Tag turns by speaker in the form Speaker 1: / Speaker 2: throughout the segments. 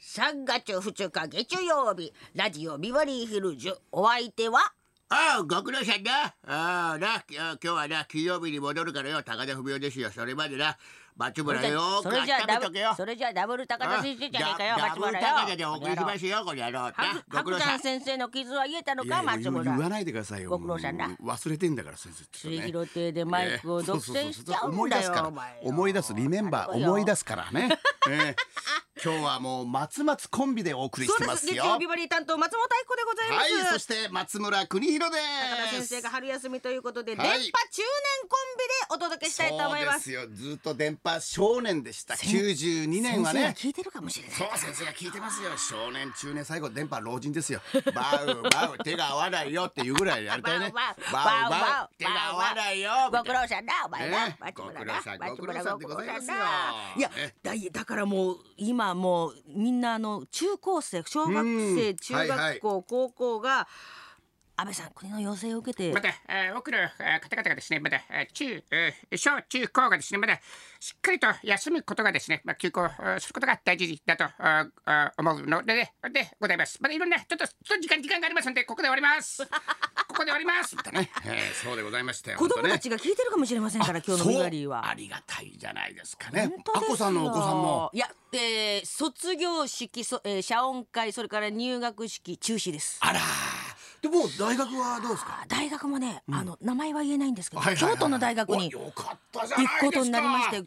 Speaker 1: 三月二日月曜日ラジオビバリーヒルズお相手は
Speaker 2: ああ、ご苦労さんな。ああ、な、き今日はな、金曜日に戻るからよ、高田文夫ですよ。それまでな、松村よー
Speaker 1: そ
Speaker 2: く
Speaker 1: れじゃ
Speaker 2: 温
Speaker 1: ダ
Speaker 2: めと
Speaker 1: ブ
Speaker 2: けよ。
Speaker 1: それじゃダブル高田先生じゃねえかよ
Speaker 2: あダ
Speaker 1: 松
Speaker 2: ブル
Speaker 1: 村よ
Speaker 2: 高田でお送りしますよ、これ野郎。な
Speaker 1: はくはくちゃん先生の傷は癒えたの
Speaker 3: いや
Speaker 1: か
Speaker 3: いや
Speaker 1: 松
Speaker 3: 言う言わ
Speaker 1: 村
Speaker 3: ないでくださいよ
Speaker 1: ご苦労さんな
Speaker 3: もう忘れてんだから先生ちょっ
Speaker 1: 末
Speaker 3: とね
Speaker 1: 広亭でマイクを
Speaker 3: ええそう
Speaker 1: 独
Speaker 3: そうそう
Speaker 1: 占しちゃうん
Speaker 3: 思い出
Speaker 1: だ
Speaker 3: す
Speaker 1: よ
Speaker 3: から
Speaker 1: お前
Speaker 3: 思い出すリメンバー
Speaker 1: そうよ
Speaker 3: 思い出すからね、ええ今日はもう松松コンビでお送りし
Speaker 1: そう
Speaker 3: て
Speaker 1: で
Speaker 3: ますす
Speaker 1: 月
Speaker 3: よ
Speaker 1: 曜ビバリー担当松本愛子でございま
Speaker 3: は
Speaker 1: す、
Speaker 3: いそして松村邦弘で
Speaker 1: 高田
Speaker 3: す
Speaker 1: 先生が春休みということで、
Speaker 3: はい
Speaker 1: 電波中年コンビでお届けしたいと思いま
Speaker 3: そうですすよずっと電波少年でした92年は
Speaker 1: 先生が
Speaker 3: ね
Speaker 1: 聞いてるかもしれない
Speaker 3: そう先生が聞いてますよ少年中年最後電波老人です よバウバウ手が合わないよっていうぐらいやりた いね
Speaker 1: バウ
Speaker 3: バ
Speaker 1: バウ
Speaker 3: ウバ
Speaker 1: バウ
Speaker 3: ウ手が合わないよみた
Speaker 1: ご
Speaker 3: い
Speaker 1: 苦
Speaker 3: な
Speaker 1: 労さんだお前な
Speaker 3: ね
Speaker 1: 松村
Speaker 3: ご苦労さん
Speaker 1: な
Speaker 3: ご苦労さんでございますよ
Speaker 1: 松村いや
Speaker 3: ね
Speaker 1: だいだからもう今もうみんなあの中高生小学生
Speaker 3: うん
Speaker 1: 中
Speaker 3: はいは
Speaker 1: 学
Speaker 3: い
Speaker 1: 校高校が安倍さん国の要請を受けて
Speaker 4: また、えー多くのえー方々がですね、まだ、えー中、えー小中高がですね、まだ、しっかりと休むことがですね、まあ、休校えーすることが大事だとあーあー思うので、ね、でございます。まだいろんな、ちょっと、ちょっと時間、時間がありますので、ここで終わります。ここで終わります。みたいなね
Speaker 3: ええそうでございましたよ
Speaker 1: 子供
Speaker 3: 本当
Speaker 1: た
Speaker 3: ね
Speaker 1: ちが聞いてるかもしれませんから今日のビバリー
Speaker 3: そう
Speaker 1: は
Speaker 3: あ。りがたいじゃないですかね
Speaker 1: 本当
Speaker 3: あ
Speaker 1: ですよ
Speaker 3: こさんのお子さんも
Speaker 1: いや、えー、卒業式そ、えー、謝恩会それから入学式中止です
Speaker 3: あらでもう大学はどうですか
Speaker 1: あ大学もね、あの名前は言えないんですけど、
Speaker 3: はいはいはい
Speaker 1: 京都の大学に
Speaker 3: およかったじゃ
Speaker 1: 行
Speaker 3: な
Speaker 1: く
Speaker 3: い
Speaker 1: こ
Speaker 3: で
Speaker 1: と
Speaker 3: す
Speaker 1: になりまして
Speaker 3: か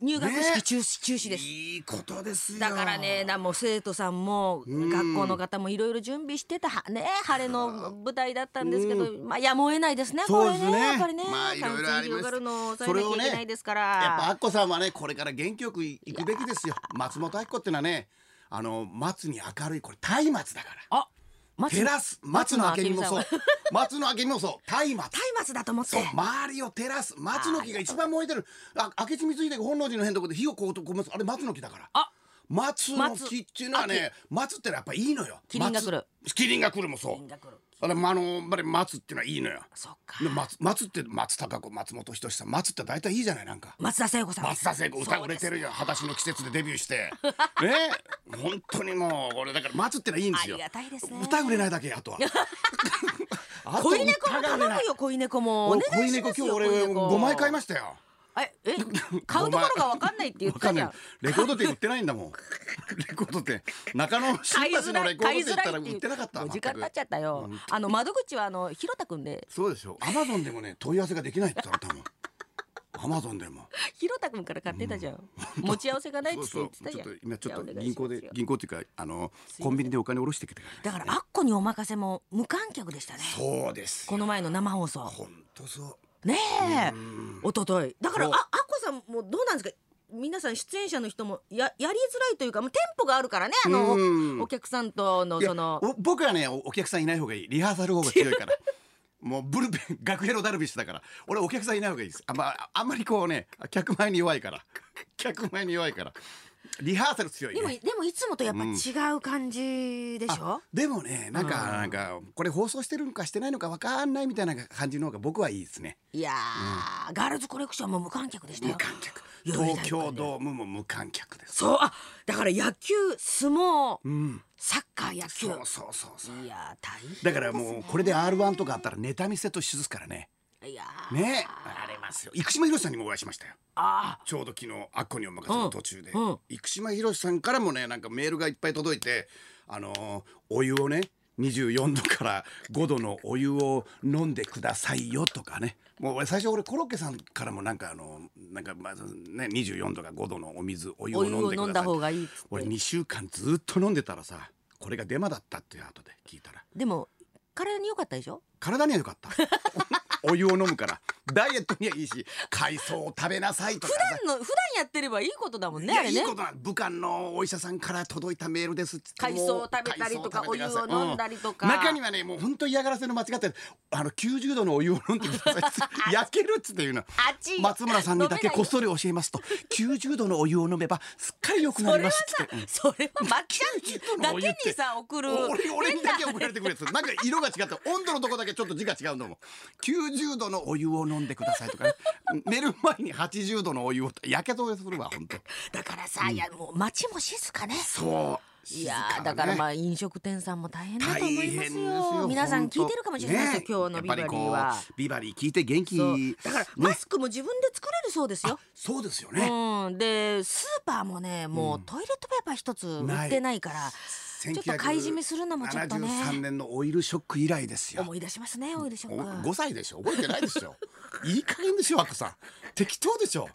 Speaker 1: 入学
Speaker 3: ね
Speaker 1: 式中止中止です
Speaker 3: いいことですよ
Speaker 1: だからねなもう生徒さんも学校の方もいろいろ準備してたはね晴れの舞台だったんですけどまあやむを得ないですね
Speaker 3: そ
Speaker 1: こ
Speaker 3: う
Speaker 1: れ
Speaker 3: ですね
Speaker 1: ねやっぱりね、
Speaker 3: まあいろいろあ
Speaker 1: 感染
Speaker 3: りま
Speaker 1: 広
Speaker 3: す
Speaker 1: がるのを抑えなきゃいけないですから、
Speaker 3: やっぱアッコさんはねこれから元気よくい行くべきですよ松本明子ってのはねあの松に明るいこれ松明だから
Speaker 1: あ松
Speaker 3: 照らす松の明けにもそ
Speaker 1: 松
Speaker 3: う
Speaker 1: の明美さんは
Speaker 3: 松の明けにもそう松明
Speaker 1: 松明だと思って
Speaker 3: そう周りを照らす松の木が一番燃えてるあ明智光秀が本能寺の変のとこで火をこうとこますあれ松の木だから
Speaker 1: あ
Speaker 3: 松の木っていうのはね松ってのはやっぱいいのよ
Speaker 1: キリンが来る
Speaker 3: 松キリンが来るもそ
Speaker 1: 金
Speaker 3: う
Speaker 1: 額
Speaker 3: あれまああのまあ松っていうのはいいのよ
Speaker 1: そっか
Speaker 3: で松松って松たか子松本人志さん松って大体いいじゃないなんか
Speaker 1: 松田聖子さん
Speaker 3: 松田聖子歌売れて るよ裸足の季節でデビューしてね本当にもうこれだから松ってのはいいんですよ
Speaker 1: ありがたいですね
Speaker 3: 歌売れないだけあ とはあと
Speaker 1: 子犬猫
Speaker 3: 歌
Speaker 1: も
Speaker 3: が
Speaker 1: 頼
Speaker 3: 売れな
Speaker 1: む
Speaker 3: い
Speaker 1: よ子犬猫もお
Speaker 3: お
Speaker 1: 願
Speaker 3: 子
Speaker 1: いし
Speaker 3: 犬
Speaker 1: ます
Speaker 3: 猫今日
Speaker 1: よ
Speaker 3: 俺5枚買いましたよ
Speaker 1: え え買うところがわかんないって言っ
Speaker 3: わか
Speaker 1: た
Speaker 3: ん
Speaker 1: じ
Speaker 3: な
Speaker 1: ゃ
Speaker 3: い
Speaker 1: ん
Speaker 3: レコード店売ってないんだもん レコード店中野
Speaker 1: 買い
Speaker 3: 新
Speaker 1: づ
Speaker 3: 橋
Speaker 1: ら
Speaker 3: の
Speaker 1: い
Speaker 3: レコード
Speaker 1: 買い
Speaker 3: 店
Speaker 1: づ
Speaker 3: 行っ
Speaker 1: ら
Speaker 3: た
Speaker 1: い
Speaker 3: ら
Speaker 1: って
Speaker 3: 売
Speaker 1: い
Speaker 3: っ
Speaker 1: う
Speaker 3: てなかった
Speaker 1: もう
Speaker 3: 全く
Speaker 1: 時間経っちゃったよあの窓口はあのひろたくんで
Speaker 3: そうでしょアマゾンでもね問い合わせができないって言われたもんアマゾンでも
Speaker 1: ひろたくんから買ってたじゃん持ち合わせがないっ
Speaker 3: そう
Speaker 1: つって言
Speaker 3: そ
Speaker 1: ってたじ
Speaker 3: うちょ
Speaker 1: ゃ
Speaker 3: っ
Speaker 1: ん
Speaker 3: と今ちょ
Speaker 1: じ
Speaker 3: っと
Speaker 1: ゃあお願い
Speaker 3: 銀
Speaker 1: しま
Speaker 3: 行
Speaker 1: すよ
Speaker 3: で銀行っていうかあのコンビニでお金下ろしてきて
Speaker 1: だからあっこにお任せも無観客でしたね
Speaker 3: そうです
Speaker 1: この前の生放送
Speaker 3: 本当そう
Speaker 1: ねえ一昨日だからあ
Speaker 3: そ
Speaker 1: あ
Speaker 3: う
Speaker 1: っこさんもどうなんですか皆さん出演者の人もややりづらいというかもうテンポがあるからねあの
Speaker 3: うん
Speaker 1: おお客さんとの
Speaker 3: いや
Speaker 1: その
Speaker 3: お僕はねおお客さんいない方がいいリハーサル方が強いからもうブルペン 学ヘロダルビッシュだから俺お客さんいない方がいいですあ,、まあ、あんまりこうね客前に弱いから客前に弱いからリハーサル強い、ね、
Speaker 1: でもでもいつもとやっぱ違う感じでしょ、
Speaker 3: でもねなんか、なんかこれ放送してるのかしてないのかわかんないみたいな感じの方が僕はいいですね
Speaker 1: いやー、ガールズコレクションも無観客でしたよ
Speaker 3: 無観客
Speaker 1: いやいやいや
Speaker 3: 東京ドームも無観客です
Speaker 1: そうあだから野球相撲、
Speaker 3: ん
Speaker 1: サッカー野球
Speaker 3: そうそうそうそう
Speaker 1: いやー大変
Speaker 3: だからもうこれで r 1とかあったらネタ見せと一緒ですからね
Speaker 1: いやー
Speaker 3: ねありますよ生島ひろしさんにもお会いしましたよ
Speaker 1: あ
Speaker 3: ちょうど昨日アッコにお任せの途中で、
Speaker 1: うんうん
Speaker 3: 生島ひろしさんからもねなんかメールがいっぱい届いてあのーお湯をね24度から5度のお湯を飲んでくださいよとかねもう俺最初俺コロッケさんからもなんかあのなんかまずね24度か5度のお水お湯
Speaker 1: ー
Speaker 3: を
Speaker 1: お
Speaker 3: 飲
Speaker 1: 湯
Speaker 3: んで
Speaker 1: を
Speaker 3: ください
Speaker 1: 飲んだ方がいいっつっ
Speaker 3: 俺
Speaker 1: て
Speaker 3: 2週間ずっと飲んでたらさこれがデマだったって後で聞いたら
Speaker 1: でも体に良かったでしょ
Speaker 3: 体には 良かったお湯を飲むからダイエットにはいいし海藻を食べなさいとか
Speaker 1: 普段の普段やってればいいことだもんね
Speaker 3: い
Speaker 1: あ
Speaker 3: や
Speaker 1: れ
Speaker 3: いい
Speaker 1: ね
Speaker 3: ことなん武漢のお医者さんから届いたメールですっつって
Speaker 1: 海藻
Speaker 3: も
Speaker 1: を
Speaker 3: う
Speaker 1: 食べたりとか
Speaker 3: 海藻
Speaker 1: お湯を飲んだりとか
Speaker 3: うん中にはねもう本当嫌がらせの間違ってあの90度のお湯を飲んでくださいっつって 焼けるっつっていうの
Speaker 1: 熱い
Speaker 3: 松村さんにだけ
Speaker 1: 飲めない
Speaker 3: こっそり教えますと90度のお湯を飲めばすっかり良くなりますっつってうん
Speaker 1: それはまっちゃ
Speaker 3: 90
Speaker 1: ん
Speaker 3: 度の
Speaker 1: だ
Speaker 3: お湯っ
Speaker 1: け
Speaker 3: て
Speaker 1: にさ送る
Speaker 3: 俺俺にだけ遅れてくれってなんか色が違って温度のとこだけちょっと字が違うんだもん90 90度のお湯を飲んでください とかね、寝る前に80度のお湯をやけどするわ本当
Speaker 1: だからさ、いやもう街も静かね
Speaker 3: そう
Speaker 1: いやーだからま
Speaker 3: あ
Speaker 1: あ飲食店さんも大変だと思いますよ
Speaker 3: 大変ですよ
Speaker 1: 皆さん
Speaker 3: 本当
Speaker 1: 聞いてるかもしれないですよ、今日のビバリーは
Speaker 3: ビバリー聞いて元気
Speaker 1: そうだからマ
Speaker 3: ね
Speaker 1: スクも自分で作れるそうですよ、
Speaker 3: そうですよね、
Speaker 1: うんでスーパーもねもううトイレットペーパー一つ売ってないから、
Speaker 3: ち
Speaker 1: ちょっと買い占めするのもちょっとね
Speaker 3: 73年のオイルショック以来ですよ
Speaker 1: 思い出しますねオイルショック
Speaker 3: 5歳でしょ覚えてないでしょ いい加減でしょアッコさん適当でしょ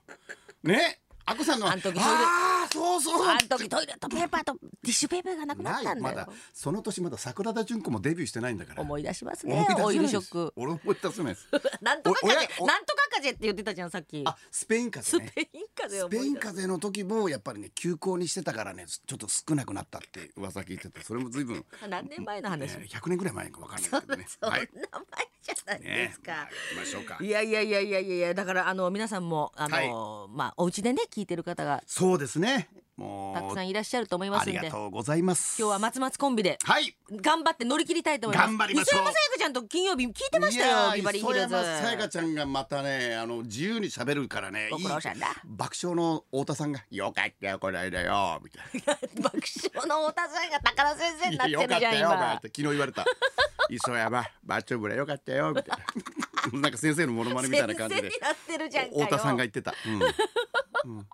Speaker 3: ねアッコさんの
Speaker 1: あん時トイレ
Speaker 3: あーそうそう
Speaker 1: あの時トイレットペーパーとティッシュペーパーがなくな
Speaker 3: な
Speaker 1: っ
Speaker 3: い
Speaker 1: た
Speaker 3: よ
Speaker 1: んだ
Speaker 3: ま
Speaker 1: よ、
Speaker 3: だその年まだ桜田純子もデビューしてないんだから
Speaker 1: 思い出します
Speaker 3: 思い
Speaker 1: ね
Speaker 3: 出せない
Speaker 1: オイ
Speaker 3: で
Speaker 1: ル
Speaker 3: す
Speaker 1: ショック
Speaker 3: 俺思い出せない です
Speaker 1: なんとか
Speaker 3: おお
Speaker 1: 風
Speaker 3: や
Speaker 1: 邪
Speaker 3: お
Speaker 1: なんとか風邪って言ってたじゃんさっき
Speaker 3: あスペイン風
Speaker 1: ス
Speaker 3: 邪
Speaker 1: ペ
Speaker 3: ね
Speaker 1: イン風邪
Speaker 3: ス
Speaker 1: 思い出
Speaker 3: ペ
Speaker 1: す
Speaker 3: イン風邪の時もやっぱりね休校にしてたからねちょっと少なくなったって噂聞いててそれも随分、
Speaker 1: 何年前の話、
Speaker 3: えー、100年ぐらい前かわかんないですけどね
Speaker 1: そんな
Speaker 3: は
Speaker 1: 前
Speaker 3: い
Speaker 1: じゃないで
Speaker 3: ね
Speaker 1: すか、
Speaker 3: まあ行きましょうか
Speaker 1: いやいやいやいやいやいやだからあの皆さんもあの、
Speaker 3: は
Speaker 1: まあお家でね聞いてる方が
Speaker 3: そうですねもう
Speaker 1: たくさんいらっしゃると思いま
Speaker 3: あ
Speaker 1: すん
Speaker 3: り
Speaker 1: で
Speaker 3: が
Speaker 1: 今
Speaker 3: とうございます
Speaker 1: 日は松松コンビで
Speaker 3: はい
Speaker 1: 頑張って乗り切りたいと思います
Speaker 3: 頑張りまし
Speaker 1: 磯
Speaker 3: ょう
Speaker 1: 山さやかちゃんと金曜日聞いてました
Speaker 3: いや
Speaker 1: よ
Speaker 3: ー
Speaker 1: ビバリーヒルズ
Speaker 3: 磯山さやかちゃんがまたねあの自由に喋るからね
Speaker 1: ご苦労さんだ
Speaker 3: いい爆笑の太田さんが「よかったよこの 間よ」みたいな
Speaker 1: 爆笑の太田さんが高田先生になって
Speaker 3: いやよ
Speaker 1: る
Speaker 3: かっ
Speaker 1: じゃ
Speaker 3: た
Speaker 1: ん
Speaker 3: よお前」っ
Speaker 1: 今
Speaker 3: て昨日言われた 「磯山バッチョブラよかったよ」みたいななんか先生のモノマネみたいな
Speaker 1: 先
Speaker 3: 感
Speaker 1: 生
Speaker 3: じ
Speaker 1: に
Speaker 3: で
Speaker 1: なってるじゃんかよ
Speaker 3: 太田さんが言ってた、うんうん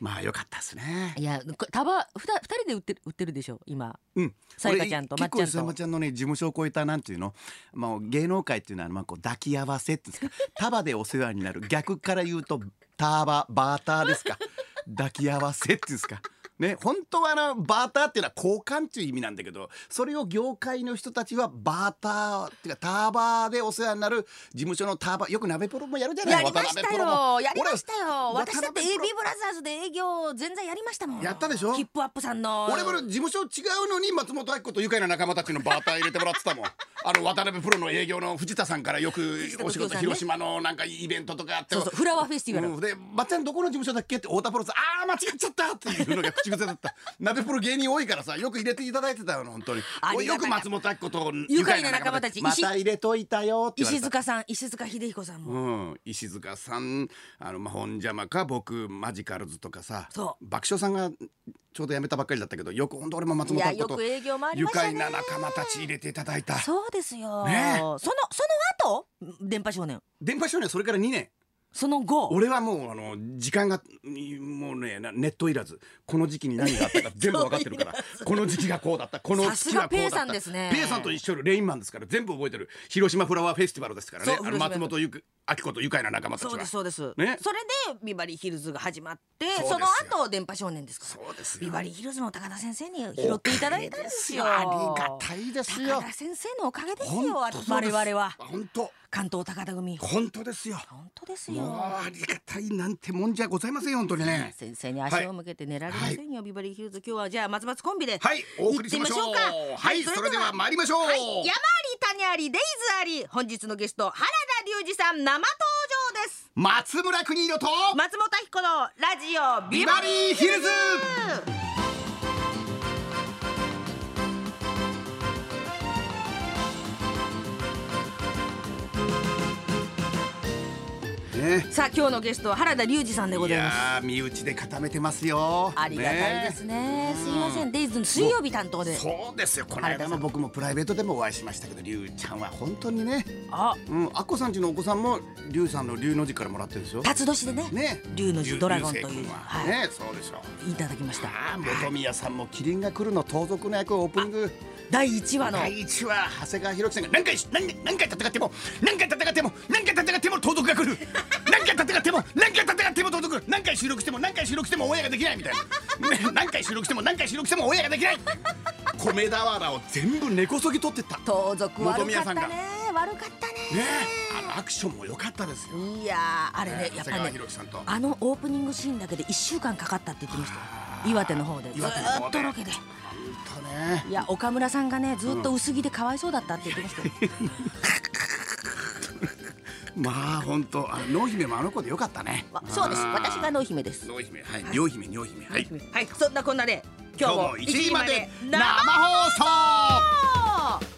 Speaker 3: まあよかったですね
Speaker 1: いやこタバふた二人で売ってる売ってるでしょ今
Speaker 3: うん
Speaker 1: さやかちゃんと
Speaker 3: 俺
Speaker 1: まっちゃんと
Speaker 3: 結構さやまちゃんのね事務所を超えたなんていうの、まあ、芸能界っていうのはまあこう抱き合わせっていうんですか束でお世話になる逆から言うとターババーター ですか抱き合わせっていうんですか。ね、本当はあのバーターっていうのは交換っていう意味なんだけどそれを業界の人たちはバーターっていうかターバーでお世話になる事務所のターバーよく鍋プロもやるじゃない
Speaker 1: やりました
Speaker 3: 渡辺プロも
Speaker 1: よやりましたよ
Speaker 3: 俺
Speaker 1: 私だって
Speaker 3: 渡
Speaker 1: AB
Speaker 3: 辺プロ
Speaker 1: ブラザーズで営業全然やりましたもん
Speaker 3: やったでしょ
Speaker 1: ヒップアップさんの
Speaker 3: 俺も事務所違うのに松本明子と愉快な仲間たちのバーター入れてもらっ てたもんあの渡辺プロの営業の藤田さんからよくお仕
Speaker 1: 藤田時生さ
Speaker 3: 事
Speaker 1: んね
Speaker 3: 広島のなんかイベントとかあって
Speaker 1: そうそうフラワーフェスティバル
Speaker 3: うんで「まっちゃんどこの事務所だっけ?」って太田プロさん「あー間違っちゃった!」っていうのが口癖だった鍋プロ芸人多いからさよく入れていただいてたよ本当に
Speaker 1: ありが
Speaker 3: よ
Speaker 1: た
Speaker 3: く
Speaker 1: い
Speaker 3: 松本明子と
Speaker 1: 愉快な仲間たち
Speaker 3: また入れといたよって言われ
Speaker 1: 石
Speaker 3: た
Speaker 1: 塚さん石塚秀彦さんも、
Speaker 3: うん、石塚さんあの、まあ、本邪魔か僕マジカルズとかさ
Speaker 1: そ
Speaker 3: 爆笑さんがちょうど辞めたばっかりだったけどよく本当俺も松
Speaker 1: い
Speaker 3: 本
Speaker 1: や
Speaker 3: 明
Speaker 1: よ
Speaker 3: 子と
Speaker 1: く営業回り
Speaker 3: 愉
Speaker 1: ました
Speaker 3: 快
Speaker 1: ね
Speaker 3: な仲間たち入れていただいた
Speaker 1: そうですよ、
Speaker 3: ねえ
Speaker 1: そのその後電波少年
Speaker 3: 電波少年それから2年
Speaker 1: その後
Speaker 3: 俺はもうあの時間がもうねなネットいらずこの時期に何があっ たか全部分かってるからこの時期がこうだったこの月はこうだった
Speaker 1: さすがペイさんですね
Speaker 3: ペイさんと一緒のレインマンですから全部覚えてる広島フラワーフェスティバルですからね
Speaker 1: そう
Speaker 3: あの
Speaker 1: 広島
Speaker 3: 松本ゆく明子と愉快な仲間たち
Speaker 1: そう
Speaker 3: は
Speaker 1: ですそうです、
Speaker 3: ね
Speaker 1: それでビバリーヒルズが始まって
Speaker 3: そうです
Speaker 1: そ
Speaker 3: よ
Speaker 1: の後電波少年ですから
Speaker 3: そうですよ
Speaker 1: ビバリーヒルズの高田先生に拾っていただいたんですよ
Speaker 3: おかげですよありがたいですよ
Speaker 1: 高田先生のおかげですよ
Speaker 3: 本当そう
Speaker 1: 我
Speaker 3: です
Speaker 1: 々は
Speaker 3: 本当
Speaker 1: 関東高田組
Speaker 3: 本当ですよ
Speaker 1: 本当です
Speaker 3: もう
Speaker 1: よ
Speaker 3: ありがたいなんてもんじゃございませんよ本当にね
Speaker 1: 先生に足を向けて寝られませんよ、ビバリーヒルズ今日はじゃあ松松コンビで
Speaker 3: はいお送りしましょう
Speaker 1: 行ってみましょうか
Speaker 3: はいそれでは参りましょう、
Speaker 1: はい、山あり谷ありデイズあり本日のゲスト原田龍二さん生登場です
Speaker 3: 松村邦洋と
Speaker 1: 松本彦のラジオビ
Speaker 3: ビ
Speaker 1: バ
Speaker 3: バ
Speaker 1: リ
Speaker 3: リーヒルズ
Speaker 1: ー
Speaker 3: ね
Speaker 1: さあ今日のゲストは原田龍二さんでご
Speaker 3: い
Speaker 1: ざいます
Speaker 3: やー身内で固めてますよ
Speaker 1: ありがたいです
Speaker 3: ね
Speaker 1: ねすいませんデイズの水曜日担当で
Speaker 3: そうですよこの間も僕もプライベートでもお会いしましたけどりゅうちゃんは本当にね
Speaker 1: あ
Speaker 3: うんあっこさんちのお子さんもりゅうさんのりゅうの字からもらってるんですよ
Speaker 1: 辰年でね
Speaker 3: ね
Speaker 1: 龍の字ドラゴンという
Speaker 3: りゅうせい君は
Speaker 1: はい
Speaker 3: ねそうでしょう
Speaker 1: いただきました
Speaker 3: ああ本宮さんも「キリンが来る」の盗賊の役をオープニング
Speaker 1: 第1話の
Speaker 3: 第1話長谷川博己さんが何回し何回何回戦っても何回戦っても何回戦っても盗賊が来 る何回戦っても何回戦っても盗賊何回収録しても何回収録してもオンエアができないみたい なね何回収録しても何回収録してもオンエアができない米俵を全部根こそぎ取ってったね
Speaker 1: 盗賊
Speaker 3: 本
Speaker 1: 悪
Speaker 3: 宮
Speaker 1: かっ
Speaker 3: さ
Speaker 1: た
Speaker 3: んが
Speaker 1: ね悪かったね
Speaker 3: えあのアクションも良かったですよ
Speaker 1: いやーあれね
Speaker 3: ね
Speaker 1: やっ
Speaker 3: 長
Speaker 1: ぱ
Speaker 3: 谷川
Speaker 1: ね
Speaker 3: 博己さんと
Speaker 1: あのオープニングシーンだけで1週間かかったって言ってましたよ岩手の方でず
Speaker 3: 岩手の方で
Speaker 1: ーっとロケで
Speaker 3: ほんとね
Speaker 1: いや岡村さんがねずっと薄着でかわいそうだったって言ってましたよ、
Speaker 3: まあ本当あの濃姫もあの子で良かったね
Speaker 1: まあそうです
Speaker 3: あー
Speaker 1: 私が濃姫です
Speaker 3: 濃姫はい両姫両姫はい
Speaker 1: はいそんなこんなで今
Speaker 3: 今日
Speaker 1: 日も
Speaker 3: も1
Speaker 1: 1時
Speaker 3: 時ま
Speaker 1: まで
Speaker 3: で生放送
Speaker 1: 生